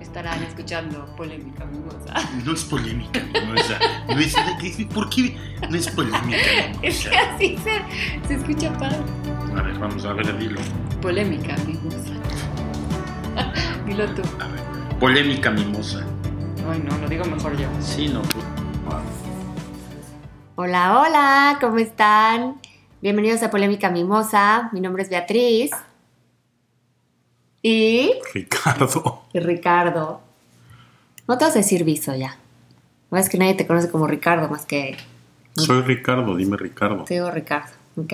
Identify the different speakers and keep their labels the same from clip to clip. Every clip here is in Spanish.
Speaker 1: estarán escuchando polémica mimosa.
Speaker 2: No es polémica, mimosa. No es, ¿Por qué no es polémica,
Speaker 1: Es
Speaker 2: mimosa?
Speaker 1: que así se, se escucha padre.
Speaker 2: A ver, vamos a ver, dilo.
Speaker 1: Polémica mimosa. Dilo tú.
Speaker 2: A ver. Polémica, mimosa.
Speaker 1: Ay, no, lo digo mejor yo.
Speaker 2: Sí, no. pues.
Speaker 3: Hola, hola, ¿cómo están? Bienvenidos a Polémica Mimosa. Mi nombre es Beatriz. Y
Speaker 2: Ricardo.
Speaker 3: Ricardo. No te vas a decir viso ya. No es que nadie te conoce como Ricardo, más que
Speaker 2: Soy Ricardo, dime Ricardo.
Speaker 3: te digo Ricardo. Ok.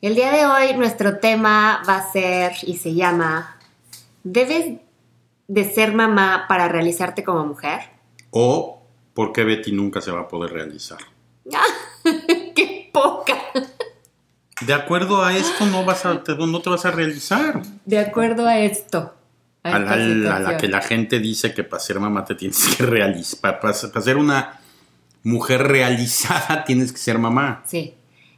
Speaker 3: El día de hoy nuestro tema va a ser y se llama ¿Debes de ser mamá para realizarte como mujer?
Speaker 2: O, ¿por qué Betty nunca se va a poder realizar?
Speaker 3: ¡Qué poca!
Speaker 2: De acuerdo a esto, no, vas a, te- no te vas a realizar.
Speaker 3: De acuerdo a esto. a
Speaker 2: A la,
Speaker 3: esta
Speaker 2: a la
Speaker 3: situación.
Speaker 2: que la gente dice que para ser mamá te tienes que realizar. Para, ser una mujer realizada tienes que ser mamá.
Speaker 3: Sí.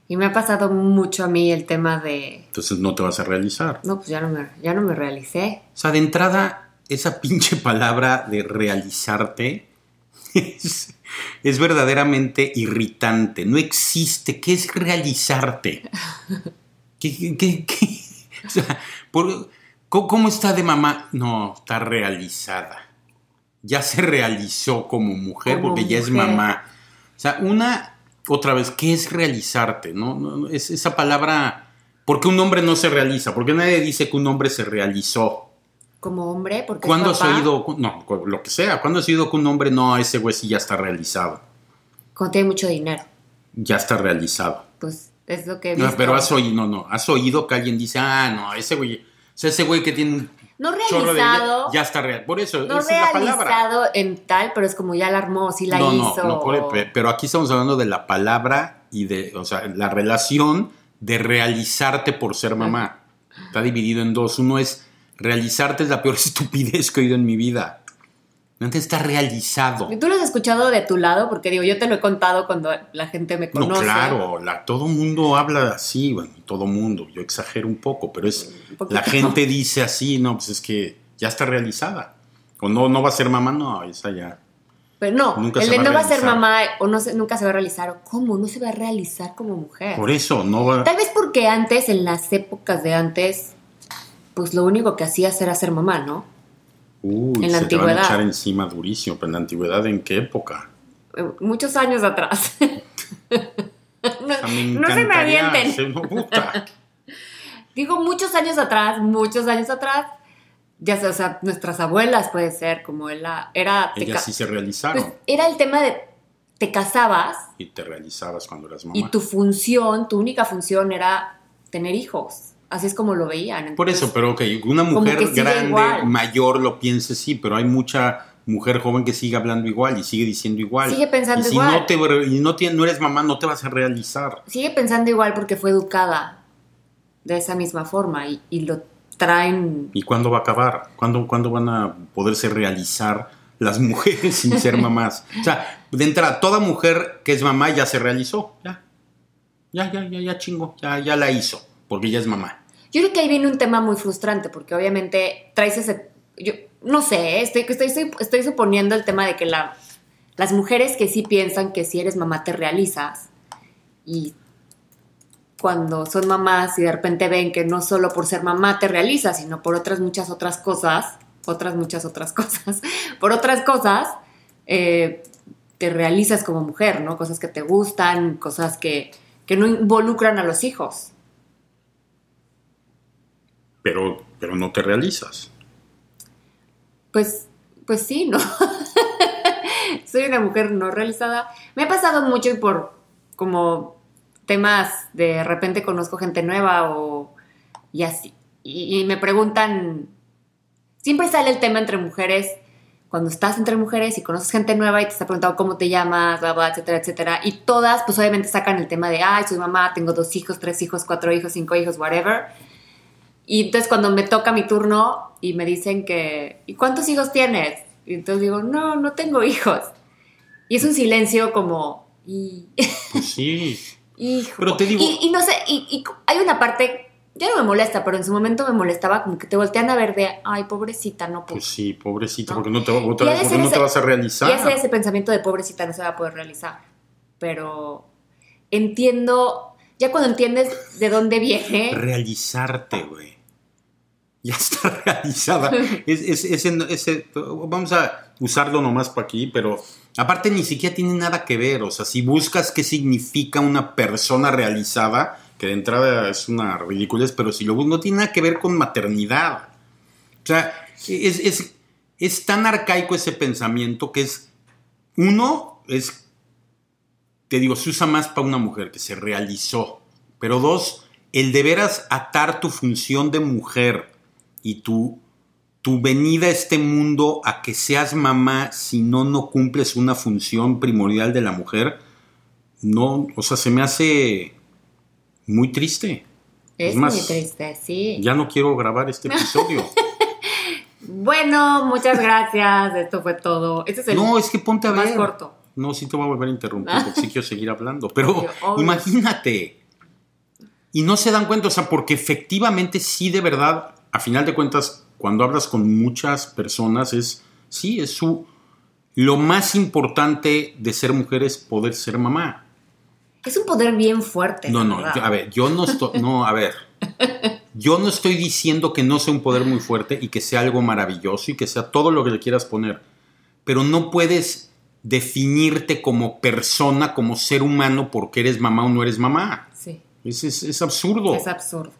Speaker 3: Y me ha pasado mucho a mí el tema de.
Speaker 2: Entonces no te vas a realizar.
Speaker 3: No, pues ya no me, ya no me realicé.
Speaker 2: O sea, de entrada, esa pinche palabra de realizarte es, es verdaderamente irritante. No existe. ¿Qué es realizarte? ¿Qué, qué- qué- qué? O sea, por- ¿cómo, cómo está de mamá? No, está realizada. Ya se realizó como mujer
Speaker 3: Como
Speaker 2: porque ya es
Speaker 3: mujer.
Speaker 2: mamá. O sea, una, otra vez, ¿qué es realizarte? No, no, no, es, esa palabra, ¿por qué un hombre no se realiza? Porque nadie dice que un hombre se realizó.
Speaker 3: Como hombre, porque.
Speaker 2: ¿Cuándo
Speaker 3: es
Speaker 2: has
Speaker 3: papá,
Speaker 2: oído, no, lo que sea, cuándo has oído que un hombre, no, ese güey sí ya está realizado,
Speaker 3: Cuando tiene mucho dinero.
Speaker 2: ya está realizado.
Speaker 3: Pues es lo que. he
Speaker 2: No,
Speaker 3: visto.
Speaker 2: pero has oído, no, no, has oído que alguien dice, ah, no, ese güey, o sea, ese güey que tiene un
Speaker 3: No
Speaker 2: chorro de...
Speaker 3: realizado.
Speaker 2: Ya está real, por eso,
Speaker 3: no
Speaker 2: esa es la palabra.
Speaker 3: realizado en tal, pero es como ya la armó, sí la
Speaker 2: no,
Speaker 3: hizo.
Speaker 2: no, no, por- e-,
Speaker 3: o-
Speaker 2: pe- pero aquí estamos hablando de la palabra y de, o sea, la relación de realizarte por ser mamá. Está dividido en dos. Uno es realizarte es la peor estupidez que he oído en mi vida. Antes está realizado.
Speaker 3: ¿Y ¿Tú lo has escuchado de tu lado? Porque digo, yo te lo he contado cuando la gente me
Speaker 2: No,
Speaker 3: conoce.
Speaker 2: claro, la, todo mundo habla así, bueno, todo mundo, yo exagero un poco, pero es
Speaker 3: poquito.
Speaker 2: la gente dice así, no, pues es que ya está realizada. O no, no va a ser mamá, no, esa ya.
Speaker 3: Pero no,
Speaker 2: Nunca
Speaker 3: el
Speaker 2: se
Speaker 3: de
Speaker 2: va a
Speaker 3: no va a ser
Speaker 2: realizar.
Speaker 3: mamá o no se- nunca se va a realizar. O ¿Cómo? No se va a realizar como mujer.
Speaker 2: Por eso, no va.
Speaker 3: Tal vez porque antes, en las épocas de antes, pues lo único que hacías era ser mamá, ¿no?
Speaker 2: Uy,
Speaker 3: en la
Speaker 2: se te van a
Speaker 3: antigüedad.
Speaker 2: echar encima durísimo, pero en la antigüedad, ¿en qué época?
Speaker 3: Eh, Muchos años atrás.
Speaker 2: O sea, me
Speaker 3: no, no se me
Speaker 2: encantaría
Speaker 3: avienten.
Speaker 2: ser una puta.
Speaker 3: Digo muchos años atrás, muchos años atrás. Ya sé, o sea, nuestras abuelas puede ser, como era... era te ca-
Speaker 2: Ellas sí se
Speaker 3: pues,
Speaker 2: realizaron
Speaker 3: era el tema de te casabas
Speaker 2: y te realizabas cuando eras
Speaker 3: y
Speaker 2: mamá.
Speaker 3: tu función, tu única función era tener hijos. Así es como lo veían.
Speaker 2: Por
Speaker 3: Entonces,
Speaker 2: eso, pero ok, una
Speaker 3: Como
Speaker 2: mujer
Speaker 3: que sigue
Speaker 2: grande,
Speaker 3: igual.
Speaker 2: mayor, lo piense, sí, pero hay mucha mujer joven que sigue hablando igual y sigue diciendo igual.
Speaker 3: Sigue pensando
Speaker 2: y si
Speaker 3: igual.
Speaker 2: No te, re- y no, te- no eres mamá, no te vas a realizar.
Speaker 3: sigue pensando igual porque fue educada de esa misma forma y, y lo traen.
Speaker 2: ¿Y cuándo va a acabar? ¿Cuándo, cuándo van a poderse realizar las mujeres sin ser mamás? O sea, de entrada, toda mujer que es mamá ya se realizó, ya. Ya, ya, ya, ya chingo, ya, ya la hizo, porque ya es mamá.
Speaker 3: Yo creo que ahí viene un tema muy frustrante porque obviamente traes ese... Yo no sé, ¿eh? estoy, estoy, estoy, estoy suponiendo el tema de que la, las mujeres que sí piensan que si eres mamá te realizas y cuando son mamás y de repente ven que no solo por ser mamá te realizas, sino por otras muchas otras cosas, otras muchas otras cosas, por otras cosas, eh, te realizas como mujer, ¿no? Cosas que te gustan, cosas que, que no involucran a los hijos.
Speaker 2: Pero, pero no te realizas.
Speaker 3: Pues, pues sí, ¿no? Soy una mujer no realizada. Me ha pasado mucho y por como temas de repente conozco gente nueva o y así. Y, y me preguntan, siempre sale el tema entre mujeres, cuando estás entre mujeres y conoces gente nueva y te está preguntando cómo te llamas, bla, bla, etcétera, etcétera. Y todas, pues obviamente sacan el tema de, ay, soy mamá, tengo dos hijos, tres hijos, cuatro hijos, cinco hijos, whatever. Y entonces cuando me toca mi turno y me dicen que, ¿y cuántos hijos tienes? Y entonces digo, no, no tengo hijos. Y es un silencio como, y,
Speaker 2: Pues sí.
Speaker 3: hijo.
Speaker 2: Pero te digo-
Speaker 3: Y, y no sé, y, y hay una parte Ya no me molesta, pero en su momento me molestaba como que te voltean a ver de, ay, pobrecita, no
Speaker 2: Pues
Speaker 3: pudo.
Speaker 2: sí, pobrecita,
Speaker 3: No.
Speaker 2: porque no te, va-
Speaker 3: Y
Speaker 2: otra
Speaker 3: ha
Speaker 2: vez,
Speaker 3: de
Speaker 2: porque
Speaker 3: ser
Speaker 2: no te
Speaker 3: ese-
Speaker 2: vas a
Speaker 3: Y ese,
Speaker 2: realizar.
Speaker 3: ese pensamiento de pobrecita no se va a poder realizar. Pero entiendo, ya cuando entiendes de dónde viene,
Speaker 2: Realizarte, güey. Ya está realizada. Es- es- ese no- ese- vamos a usarlo nomás para aquí, pero aparte ni siquiera tiene nada que ver. O sea, si buscas qué significa una persona realizada, que de entrada es una ridiculez, pero si lo buscas, no tiene nada que ver con maternidad. O sea, es, es- es tan arcaico ese pensamiento que es, uno, es, te digo, se usa más para una mujer que se realizó, pero dos, el de veras atar tu función de mujer y tu, tu venida a este mundo a que seas mamá si no, no cumples una función primordial de la mujer, no, o sea, se me hace muy triste.
Speaker 3: es
Speaker 2: más,
Speaker 3: muy triste, sí.
Speaker 2: Ya no quiero grabar este episodio.
Speaker 3: Bueno, muchas gracias. Esto fue todo. Este es el
Speaker 2: No, es que ponte a
Speaker 3: más
Speaker 2: ver.
Speaker 3: corto.
Speaker 2: No, sí te voy a volver a interrumpir, porque sí quiero seguir hablando. Pero
Speaker 3: Ah. Obvio, obvio.
Speaker 2: imagínate. Y no se dan cuenta, o sea, porque efectivamente sí, de verdad, a final de cuentas, cuando hablas con muchas personas, es, sí, es su... Lo más importante de ser mujer es poder ser mamá.
Speaker 3: Es un poder bien fuerte.
Speaker 2: No,
Speaker 3: la
Speaker 2: no,
Speaker 3: verdad.
Speaker 2: yo- a ver, yo no estoy, no, a ver, yo no estoy diciendo que no sea un poder muy fuerte y que sea algo maravilloso y que sea todo lo que le quieras poner, pero no puedes definirte como persona, como ser humano, porque eres mamá o no eres mamá.
Speaker 3: Sí,
Speaker 2: Es, es- es absurdo.
Speaker 3: es absurdo.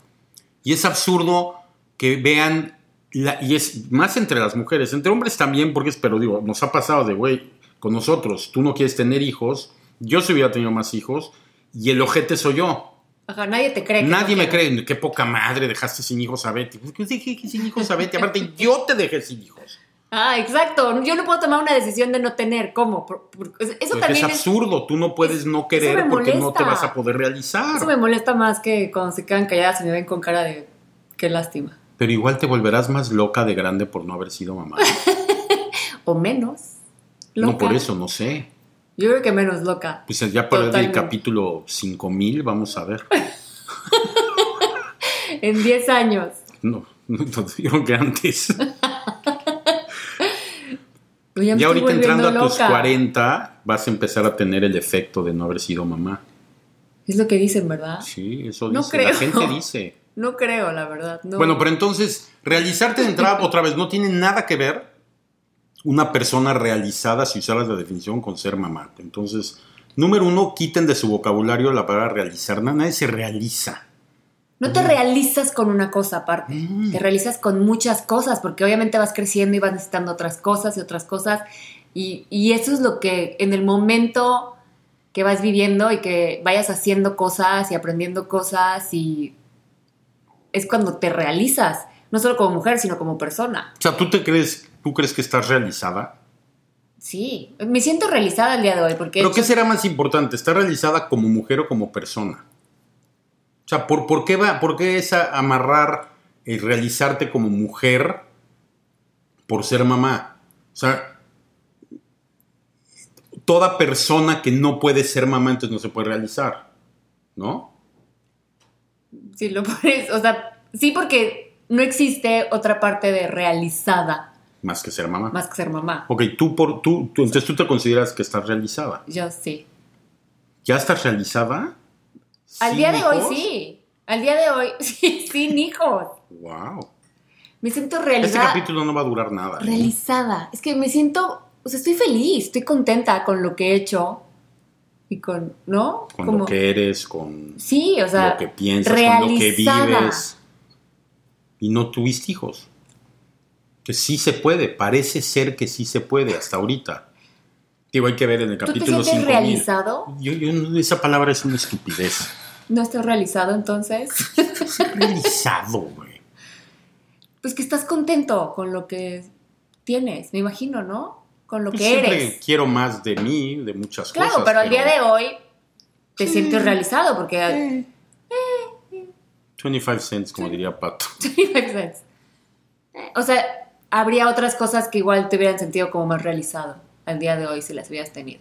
Speaker 2: y es absurdo que vean, la- y es más entre las mujeres, entre hombres también, porque es, pero digo, nos ha pasado de, güey, con nosotros, tú no quieres tener hijos, yo si hubiera tenido más hijos, y el ojete soy yo.
Speaker 3: Ajá, nadie te cree. que
Speaker 2: Nadie
Speaker 3: no
Speaker 2: me cree, qué poca madre dejaste sin hijos a Betty. Pues, ¿Qué dejé que sin hijos a Betty? Aparte, yo te dejé sin hijos.
Speaker 3: Ah, exacto. Yo no puedo tomar una decisión de no tener. ¿Cómo? Por- por- eso
Speaker 2: Porque Pues, es
Speaker 3: también es-
Speaker 2: absurdo, tú no puedes no
Speaker 3: eso
Speaker 2: querer
Speaker 3: me
Speaker 2: porque no
Speaker 3: molesta.
Speaker 2: te vas a poder realizar.
Speaker 3: eso me molesta más que cuando se quedan calladas y me ven con cara de qué lástima.
Speaker 2: Pero igual te volverás más loca de grande por no haber sido mamá.
Speaker 3: O menos.
Speaker 2: No
Speaker 3: Loca.
Speaker 2: por eso, no sé.
Speaker 3: Yo creo que menos loca.
Speaker 2: Pues ya para el
Speaker 3: Totalmente.
Speaker 2: capítulo 5000 vamos a ver.
Speaker 3: En 10 años.
Speaker 2: No, no no te digo que antes.
Speaker 3: Yo Pues ya me
Speaker 2: Y
Speaker 3: estoy
Speaker 2: ahorita
Speaker 3: volviendo
Speaker 2: entrando a tus
Speaker 3: loca.
Speaker 2: 40 vas a empezar a tener el efecto de no haber sido mamá.
Speaker 3: Es lo que dicen, ¿verdad?
Speaker 2: Sí, eso
Speaker 3: Ah. No
Speaker 2: dice. La
Speaker 3: creo.
Speaker 2: gente dice.
Speaker 3: No creo, la verdad. No.
Speaker 2: Bueno, pero entonces, realizarte de entrada otra vez no tiene nada que ver una persona realizada, si usaras la definición, con ser mamá. Entonces, número uno, quiten de su vocabulario la palabra realizar. Na- Nadie se realiza.
Speaker 3: No te realizas con una cosa aparte,
Speaker 2: Mm.
Speaker 3: te realizas con muchas cosas, porque obviamente vas creciendo y vas necesitando otras cosas y otras cosas, y, y eso es lo que en el momento que vas viviendo y que vayas haciendo cosas y aprendiendo cosas, y es cuando te realizas, no solo como mujer, sino como persona.
Speaker 2: O sea, ¿tú te crees, tú crees que estás realizada?
Speaker 3: Sí, me siento realizada el día de hoy, porque
Speaker 2: ¿Pero qué será más importante? ¿Estar realizada como mujer o como persona? O sea, ¿por, por qué, va, por qué es a- amarrar el realizarte como mujer por ser mamá? O sea, toda persona que no puede ser mamá entonces no se puede realizar, ¿no?
Speaker 3: si lo pones, o sea, sí, porque no existe otra parte de realizada
Speaker 2: Más que ser mamá.
Speaker 3: más que ser mamá.
Speaker 2: Ok, tú, por, tú, tú- entonces tú te consideras que estás realizada.
Speaker 3: Yo sí.
Speaker 2: ¿Ya estás realizada?
Speaker 3: Al
Speaker 2: ¿Sin
Speaker 3: día de hoy
Speaker 2: hijos?
Speaker 3: sí. Al día de hoy sí, sin hijos.
Speaker 2: Wow.
Speaker 3: Me siento
Speaker 2: Este
Speaker 3: realizada.
Speaker 2: capítulo no va a durar nada. ¿eh?
Speaker 3: realizada. Es que me siento, o sea, estoy feliz, estoy contenta con lo que he hecho y con, ¿no?
Speaker 2: con
Speaker 3: Como-
Speaker 2: lo que eres, con
Speaker 3: Sí, o sea,
Speaker 2: lo que piensas, con lo que
Speaker 3: realizada.
Speaker 2: vives. Y no tuviste hijos. Que sí se puede, parece ser que sí se puede hasta ahorita. Digo, hay que ver en el
Speaker 3: ¿tú te
Speaker 2: capítulo 5.
Speaker 3: sientes realizado?
Speaker 2: Yo, yo no- esa palabra es una estupidez.
Speaker 3: ¿No estás realizado entonces?
Speaker 2: Realizado, güey.
Speaker 3: pues que estás contento con lo que tienes, me imagino, ¿no? Con lo
Speaker 2: Yo
Speaker 3: que
Speaker 2: Pues siempre
Speaker 3: eres.
Speaker 2: quiero más de mí, de muchas
Speaker 3: Claro,
Speaker 2: cosas.
Speaker 3: pero al día de hoy te sientes realizado porque...
Speaker 2: 25 cents, como diría Pato.
Speaker 3: O sea, habría otras cosas que igual te hubieran sentido como más realizado al día de hoy si las hubieras tenido.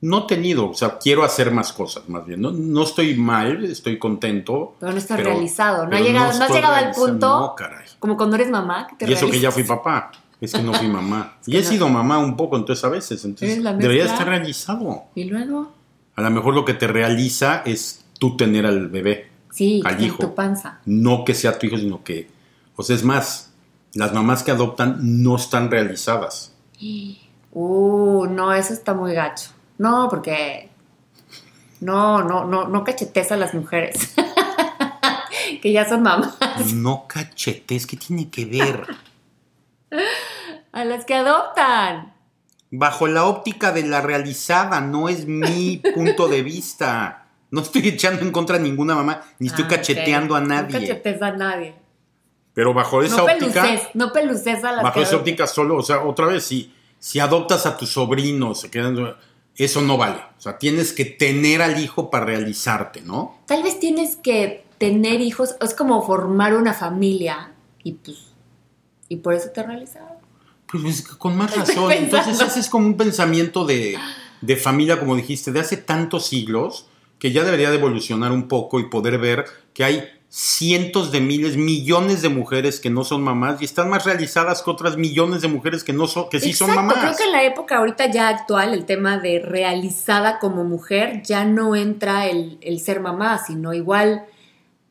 Speaker 2: no tenido, o sea, quiero hacer más cosas, más bien. No, no estoy mal, estoy contento.
Speaker 3: Pero no estás
Speaker 2: Pero-
Speaker 3: realizado, no,
Speaker 2: pero
Speaker 3: ha llegado, no has
Speaker 2: estoy
Speaker 3: llegado al
Speaker 2: realizando-
Speaker 3: punto
Speaker 2: No, caray.
Speaker 3: como cuando eres mamá. Que te
Speaker 2: Y eso que ya
Speaker 3: realizas.
Speaker 2: fui papá, es que no fui mamá. y
Speaker 3: que
Speaker 2: he
Speaker 3: no.
Speaker 2: sido mamá un poco, entonces a veces, entonces
Speaker 3: Eres la
Speaker 2: debería
Speaker 3: mezcla.
Speaker 2: estar realizado.
Speaker 3: Y luego,
Speaker 2: A lo mejor lo que te realiza es tú tener al bebé,
Speaker 3: sí,
Speaker 2: Al
Speaker 3: en
Speaker 2: hijo.
Speaker 3: tu panza.
Speaker 2: no que sea tu hijo, sino que, o sea, es más, las mamás que adoptan no están realizadas.
Speaker 3: Uh, no, eso está muy gacho. No, porque no, no, no, no cachetes a las mujeres que ya son mamás.
Speaker 2: No cachetes, ¿qué tiene que ver?
Speaker 3: A las que adoptan.
Speaker 2: Bajo la óptica de la realizada, no es mi punto de vista. No estoy echando en contra a ninguna mamá, ni estoy
Speaker 3: Ah,
Speaker 2: cacheteando
Speaker 3: ok.
Speaker 2: a nadie.
Speaker 3: No cachetes a nadie.
Speaker 2: Pero bajo esa
Speaker 3: no
Speaker 2: óptica,
Speaker 3: peluces, no peluces a las
Speaker 2: bajo
Speaker 3: que
Speaker 2: esa
Speaker 3: adoptan.
Speaker 2: óptica solo, o sea, otra vez, si, si adoptas a tu sobrino, se quedan, eso no vale. O sea, tienes que tener al hijo para realizarte, ¿no?
Speaker 3: Tal vez tienes que tener hijos, es como formar una familia y pues, y por eso te realizaron.
Speaker 2: Pues es que con más razón.
Speaker 3: pensando.
Speaker 2: Entonces haces como un pensamiento de, de familia, como dijiste, de hace tantos siglos, que ya debería de evolucionar un poco y poder ver que hay cientos de miles, millones de mujeres que no son mamás y están más realizadas que otras millones de mujeres que no son, que sí son mamás.
Speaker 3: Creo que en la época ahorita ya actual, el tema de realizada como mujer, ya no entra el, el ser mamá, sino igual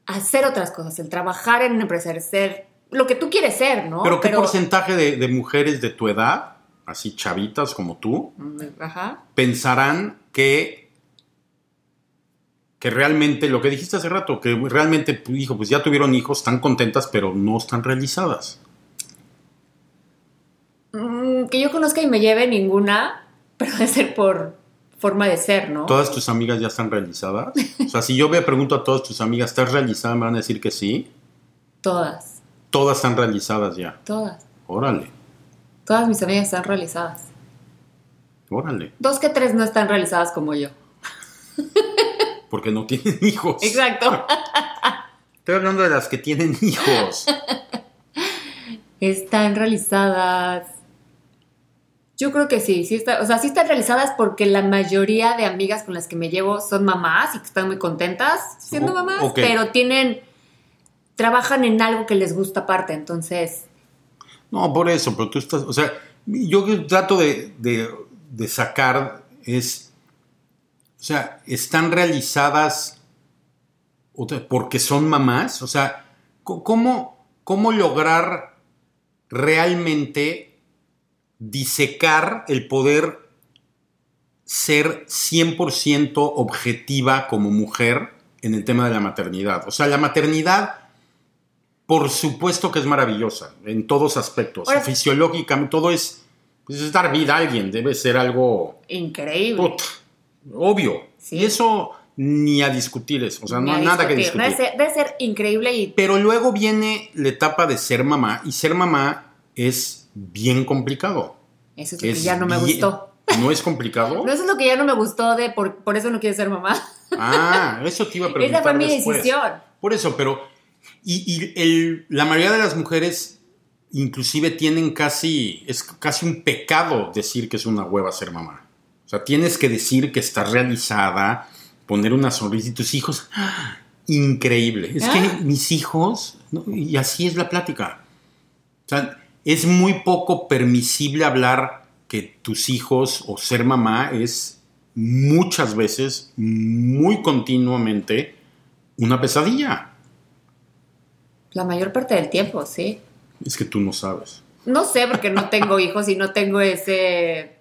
Speaker 3: hacer otras cosas, el trabajar en una empresa, el ser lo que tú quieres ser, ¿no?
Speaker 2: Pero qué porcentaje de, de mujeres de tu edad, así chavitas como tú,
Speaker 3: Mm, Ajá.
Speaker 2: pensarán que, que realmente, lo que dijiste hace rato, que realmente, pues, hijo, pues ya tuvieron hijos, están contentas, pero no están realizadas.
Speaker 3: Mm, que yo conozca y me lleve ninguna, pero debe ser por forma de ser, ¿no?
Speaker 2: ¿Todas tus amigas ya están realizadas? O sea, si yo me pregunto a todas tus amigas, ¿estás realizada? Me van a decir que sí.
Speaker 3: Todas,
Speaker 2: Todas están realizadas ya.
Speaker 3: todas.
Speaker 2: Órale,
Speaker 3: Todas mis amigas están realizadas.
Speaker 2: órale.
Speaker 3: Dos que tres no están realizadas como yo.
Speaker 2: Porque no tienen hijos.
Speaker 3: Exacto.
Speaker 2: Estoy hablando de las que tienen hijos.
Speaker 3: Están realizadas. Yo creo que sí, sí está, o sea, sí están realizadas porque la mayoría de amigas con las que me llevo son mamás y que están muy contentas siendo
Speaker 2: O-
Speaker 3: mamás,
Speaker 2: ok.
Speaker 3: pero tienen, trabajan en algo que les gusta aparte, entonces,
Speaker 2: No, por eso, pero tú estás, o sea, yo que trato de, de- de sacar es, o sea, están realizadas o sea, porque son mamás, o sea, co- ¿cómo, cómo lograr realmente disecar el poder ser 100% objetiva como mujer en el tema de la maternidad? O sea, la maternidad... Por supuesto que es maravillosa en todos aspectos.
Speaker 3: Ahora-
Speaker 2: Fisiológicamente, todo es, pues, es dar vida a alguien, debe ser algo
Speaker 3: increíble.
Speaker 2: puta, obvio.
Speaker 3: Sí.
Speaker 2: Y eso ni a discutir eso, o sea, no
Speaker 3: Ni a
Speaker 2: hay nada que
Speaker 3: discutir.
Speaker 2: discutir.
Speaker 3: Debe ser, debe ser increíble y
Speaker 2: Pero luego viene la etapa de ser mamá, y ser mamá es bien complicado.
Speaker 3: eso es lo que
Speaker 2: Es
Speaker 3: ya no me
Speaker 2: bien-
Speaker 3: gustó.
Speaker 2: ¿No es complicado?
Speaker 3: No, eso es lo que ya no me gustó de por, por eso no quiero ser mamá.
Speaker 2: Ah, eso te iba a preguntar
Speaker 3: Esa fue mi
Speaker 2: después.
Speaker 3: decisión.
Speaker 2: Por eso, pero. Y, y el- la mayoría de las mujeres, inclusive, tienen casi. Es casi un pecado decir que es una hueva ser mamá. O sea, tienes que decir que estás realizada, poner una sonrisa y tus hijos. ¡ah! Increíble. Es
Speaker 3: Ah.
Speaker 2: que mis hijos. ¿no? Y así es la plática. O sea, es muy poco permisible hablar que tus hijos o ser mamá es muchas veces, muy continuamente, una pesadilla.
Speaker 3: La mayor parte del tiempo, sí.
Speaker 2: Es que tú no sabes.
Speaker 3: No sé, porque no tengo hijos y no tengo ese.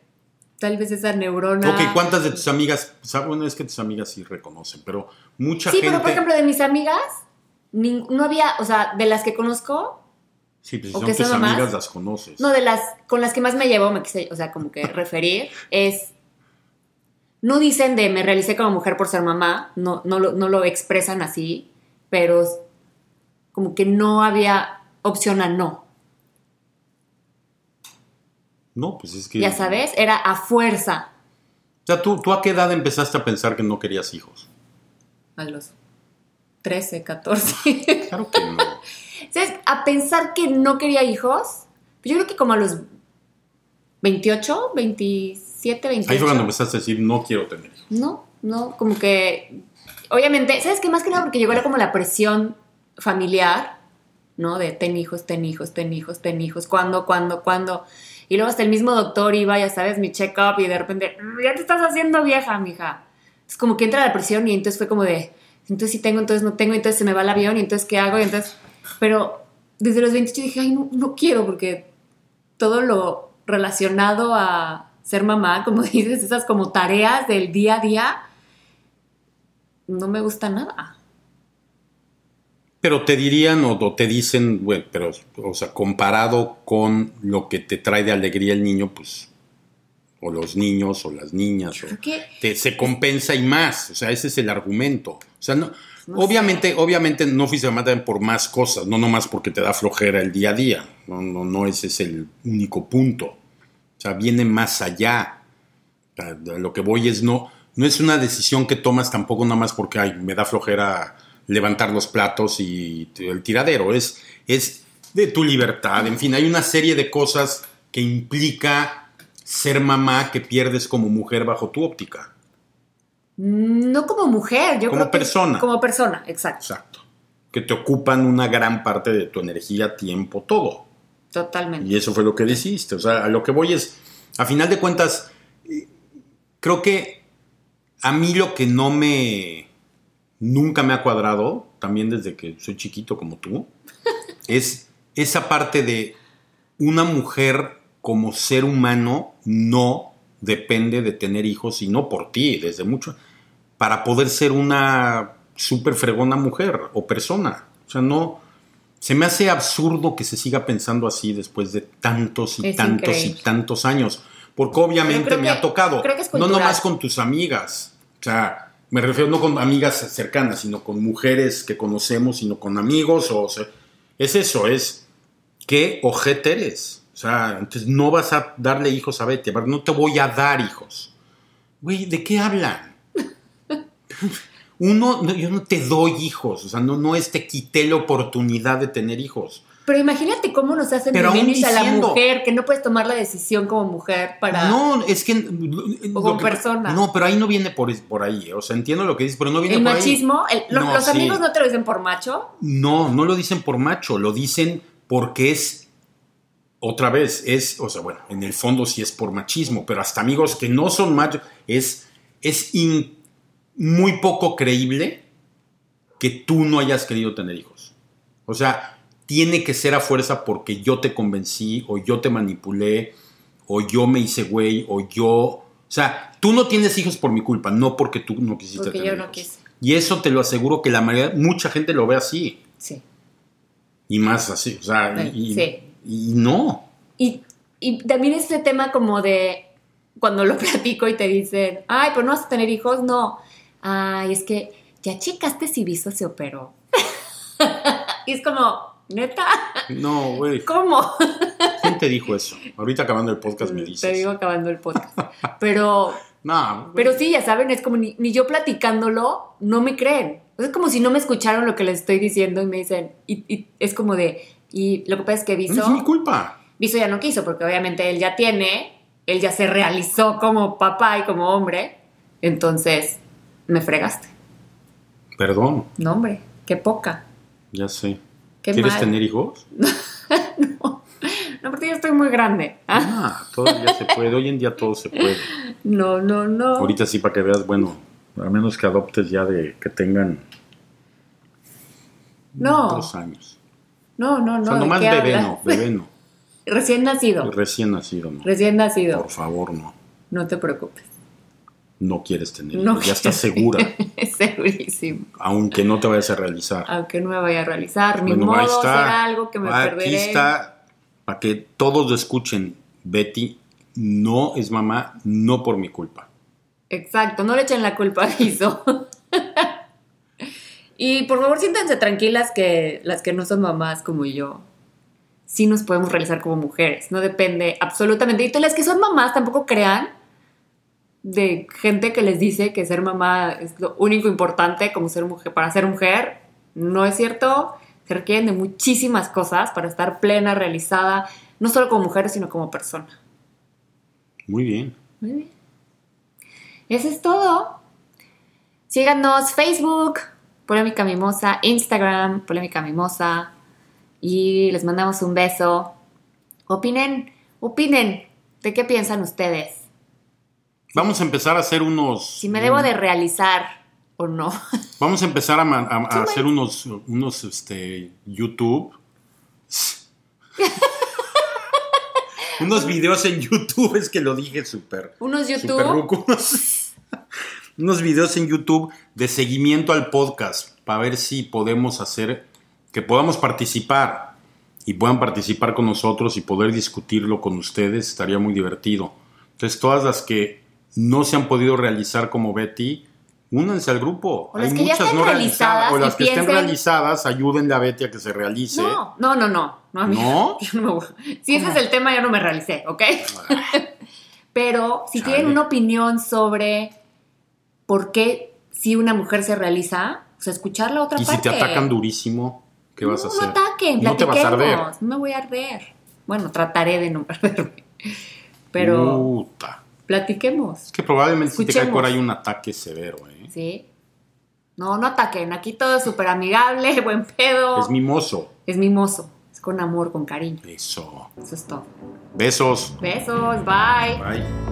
Speaker 3: Tal vez esa neurona.
Speaker 2: Ok, ¿cuántas de tus amigas? sab- Bueno, es que tus amigas sí reconocen, pero mucha
Speaker 3: Sí,
Speaker 2: gente.
Speaker 3: pero por ejemplo, de mis amigas, nin- no había, o sea, de las que conozco,
Speaker 2: sí, pues si
Speaker 3: o
Speaker 2: son
Speaker 3: que
Speaker 2: tus
Speaker 3: son mamás.
Speaker 2: amigas, las conoces.
Speaker 3: no, de las con las que más me llevo, me quise, o sea, como que referir, es. No dicen de me realicé como mujer por ser mamá, no, no, lo, no lo expresan así, pero s- como que no había opción a no.
Speaker 2: No, pues es que.
Speaker 3: Ya sabes, era a fuerza
Speaker 2: O sea, ¿tú, ¿tú a qué edad empezaste a pensar que no querías hijos?
Speaker 3: a los 13, 14.
Speaker 2: Claro que no.
Speaker 3: ¿Sabes? A pensar que no quería hijos, yo creo que como a los 28, 27, 28.
Speaker 2: Ahí fue cuando empezaste a decir, no quiero tener hijos.
Speaker 3: No, no, como que. Obviamente, ¿sabes qué? Más que nada porque llegó era como la presión familiar, ¿no? De ten hijos, ten hijos, ten hijos, ten hijos, ¿cuándo, cuándo, cuándo? Y luego hasta el mismo doctor iba, ya sabes, mi check-up y de repente, "Mm, ya te estás haciendo vieja, mija. Es como que entra la presión y entonces fue como de, entonces sí tengo, entonces no tengo, entonces se me va el avión y entonces ¿qué hago? Y entonces, pero desde los 28 dije, ay, no, no quiero porque todo lo relacionado a ser mamá, como dices, esas como tareas del día a día, no me gusta nada.
Speaker 2: Pero te dirían o, o te dicen, bueno, pero, o sea, comparado con lo que te trae de alegría el niño, pues, o los niños o las niñas, o,
Speaker 3: Creo que
Speaker 2: te- se compensa y más. O sea, ese es el argumento. O sea, no,
Speaker 3: No
Speaker 2: obviamente, obviamente no fuiste mamá también por más cosas, no nomás porque te da flojera el día a día. No, no, no ese es el único punto. O sea, viene más allá. O sea, de lo que voy es no, no es una decisión que tomas tampoco nomás porque ay, me da flojera levantar los platos y t- el tiradero. Es, es de tu libertad. En fin, hay una serie de cosas que implica ser mamá que pierdes como mujer bajo tu óptica.
Speaker 3: No como mujer, yo
Speaker 2: Como
Speaker 3: creo que-
Speaker 2: persona.
Speaker 3: como persona, exacto.
Speaker 2: Exacto. Que te ocupan una gran parte de tu energía, tiempo, todo.
Speaker 3: Totalmente.
Speaker 2: Y eso fue lo que decidiste. O sea, a lo que voy es, a final de cuentas, eh, creo que a mí lo que no me, nunca me ha cuadrado, también desde que soy chiquito como tú, es esa parte de una mujer como ser humano no depende de tener hijos, sino por ti, desde mucho, para poder ser una súper fregona mujer o persona. O sea, no, se me hace absurdo que se siga pensando así después de tantos y
Speaker 3: Es
Speaker 2: tantos
Speaker 3: increíble.
Speaker 2: y tantos años, porque obviamente
Speaker 3: creo
Speaker 2: me
Speaker 3: que-
Speaker 2: ha tocado,
Speaker 3: creo que es
Speaker 2: no
Speaker 3: cultural.
Speaker 2: nomás con tus amigas, o sea, me refiero no con amigas cercanas, sino con mujeres que conocemos, sino con amigos, o sea, es eso, es qué ojete eres. O sea, entonces no vas a darle hijos a Betty, a ver, no te voy a dar hijos. Güey, ¿de qué hablan? Uno, no, yo no te doy hijos, o sea, no, no es te quité la oportunidad de tener hijos.
Speaker 3: Pero imagínate cómo nos hacen
Speaker 2: Pero aún
Speaker 3: menos a la
Speaker 2: diciendo-
Speaker 3: mujer, que no puedes tomar la decisión como mujer para...
Speaker 2: No, es que...
Speaker 3: O
Speaker 2: lo
Speaker 3: con
Speaker 2: que-
Speaker 3: persona.
Speaker 2: No, pero ahí no viene por, por ahí, o sea, entiendo lo que dices, pero no viene
Speaker 3: el
Speaker 2: por ahí.
Speaker 3: machismo, el- lo-
Speaker 2: No,
Speaker 3: los
Speaker 2: sí.
Speaker 3: amigos no te lo dicen por macho.
Speaker 2: No, no lo dicen por macho, lo dicen porque es, otra vez, es, o sea, bueno, en el fondo sí es por machismo, pero hasta amigos que no son machos, es, es in- muy poco creíble que tú no hayas querido tener hijos. O sea, tiene que ser a fuerza porque yo te convencí o yo te manipulé o yo me hice güey o yo... O sea, tú no tienes hijos por mi culpa, no porque tú no quisiste
Speaker 3: Porque yo
Speaker 2: tener
Speaker 3: no
Speaker 2: hijos.
Speaker 3: quise.
Speaker 2: Y eso te lo aseguro que la mayoría, mucha gente lo ve así.
Speaker 3: Sí.
Speaker 2: Y más así, o sea, y, y-
Speaker 3: Sí.
Speaker 2: y no.
Speaker 3: Y, y también este tema como de cuando lo platico y te dicen, ay, pero no vas a tener hijos, no. Ay, es que ya checaste si Viso se operó. y es como, neta,
Speaker 2: No, güey.
Speaker 3: ¿cómo?
Speaker 2: ¿Quién te dijo eso? Ahorita acabando el podcast me dices.
Speaker 3: Te digo acabando el podcast. Pero,
Speaker 2: No, güey.
Speaker 3: pero sí, ya saben, es como ni, ni yo platicándolo, no me creen. O sea, es como si no me escucharon lo que les estoy diciendo y me dicen, y, y es como de, y lo que pasa es que
Speaker 2: no es mi
Speaker 3: Viso,
Speaker 2: culpa.
Speaker 3: Viso ya no quiso, porque obviamente él ya tiene, él ya se realizó como papá y como hombre, entonces me fregaste.
Speaker 2: Perdón,
Speaker 3: No, hombre, qué poca.
Speaker 2: ya sé.
Speaker 3: Qué
Speaker 2: ¿Quieres
Speaker 3: mal.
Speaker 2: tener hijos?
Speaker 3: No, porque yo estoy muy grande. Ah,
Speaker 2: Ah, todavía se puede. Hoy en día todo se puede.
Speaker 3: no, no, no.
Speaker 2: Ahorita sí, para que veas, bueno, a menos que adoptes ya de que tengan
Speaker 3: No.
Speaker 2: dos años.
Speaker 3: No, no, no.
Speaker 2: O sea,
Speaker 3: ¿de
Speaker 2: nomás
Speaker 3: qué
Speaker 2: bebé
Speaker 3: hablas?
Speaker 2: no, bebé no.
Speaker 3: Recién nacido.
Speaker 2: Recién nacido no.
Speaker 3: Recién nacido.
Speaker 2: Por favor, no.
Speaker 3: No te preocupes.
Speaker 2: No quieres tener
Speaker 3: No
Speaker 2: hijos. Ya estás segura,
Speaker 3: Segurísimo.
Speaker 2: aunque no te vayas a realizar.
Speaker 3: Aunque no me vaya a realizar, ni
Speaker 2: Bueno,
Speaker 3: modo,
Speaker 2: ahí está.
Speaker 3: será algo que me
Speaker 2: Aquí
Speaker 3: perderé.
Speaker 2: está, para que todos lo escuchen, Betty no es mamá, no por mi culpa.
Speaker 3: Exacto, no le echen la culpa a Guiso. y por favor, siéntense tranquilas que las que no son mamás como yo, sí nos podemos realizar como mujeres. No depende absolutamente. Y todas las que son mamás tampoco crean de gente que les dice que ser mamá es lo único importante como ser mujer. Para ser mujer, no es cierto. Se requieren de muchísimas cosas para estar plena, realizada, no solo como mujer, sino como persona.
Speaker 2: Muy bien.
Speaker 3: Muy bien. Eso es todo. Síganos Facebook, Polémica Mimosa, Instagram, Polémica Mimosa. Y les mandamos un beso. Opinen, opinen. ¿De qué piensan ustedes?
Speaker 2: Vamos a empezar a hacer unos. Mm,
Speaker 3: Si me debo de realizar o no.
Speaker 2: Vamos a empezar a, ma- a- a hacer unos, unos este, YouTube. unos videos en YouTube, es que lo dije súper.
Speaker 3: Unos
Speaker 2: súper
Speaker 3: YouTube.
Speaker 2: ruco. unos, unos videos en YouTube de seguimiento al podcast para ver si podemos hacer que podamos participar y puedan participar con nosotros y poder discutirlo con ustedes estaría muy divertido. Entonces todas las que no se han podido realizar como Betty, únanse al grupo.
Speaker 3: O las que ya están realizadas
Speaker 2: o
Speaker 3: y
Speaker 2: las que estén
Speaker 3: piensen-
Speaker 2: realizadas, ayúdenle a Betty a que se realice.
Speaker 3: No, no, no, no. No, amiga.
Speaker 2: ¿No?
Speaker 3: Yo no me voy- Si ese es el tema, yo no me realicé, ¿ok? Pero si
Speaker 2: Chale.
Speaker 3: tienen una opinión sobre por qué si una mujer se realiza, o sea, escuchar la otra
Speaker 2: Y
Speaker 3: parte.
Speaker 2: si te atacan durísimo, ¿qué vas a
Speaker 3: No,
Speaker 2: hacer?
Speaker 3: No ataquen,
Speaker 2: No te vas a arder.
Speaker 3: platiquemos, No me voy a arder. Bueno, trataré de no perderme. Pero
Speaker 2: Uh. Puta.
Speaker 3: platiquemos,
Speaker 2: Es que probablemente si te cae
Speaker 3: Escuchemos.
Speaker 2: por ahí un ataque severo, ¿eh?
Speaker 3: ¿sí? No, no ataquen. Aquí todo es súper amigable, buen pedo.
Speaker 2: Es mimoso.
Speaker 3: es mimoso. Es con amor, con cariño.
Speaker 2: Eso.
Speaker 3: Eso es todo.
Speaker 2: Besos.
Speaker 3: Besos, bye.
Speaker 2: Bye.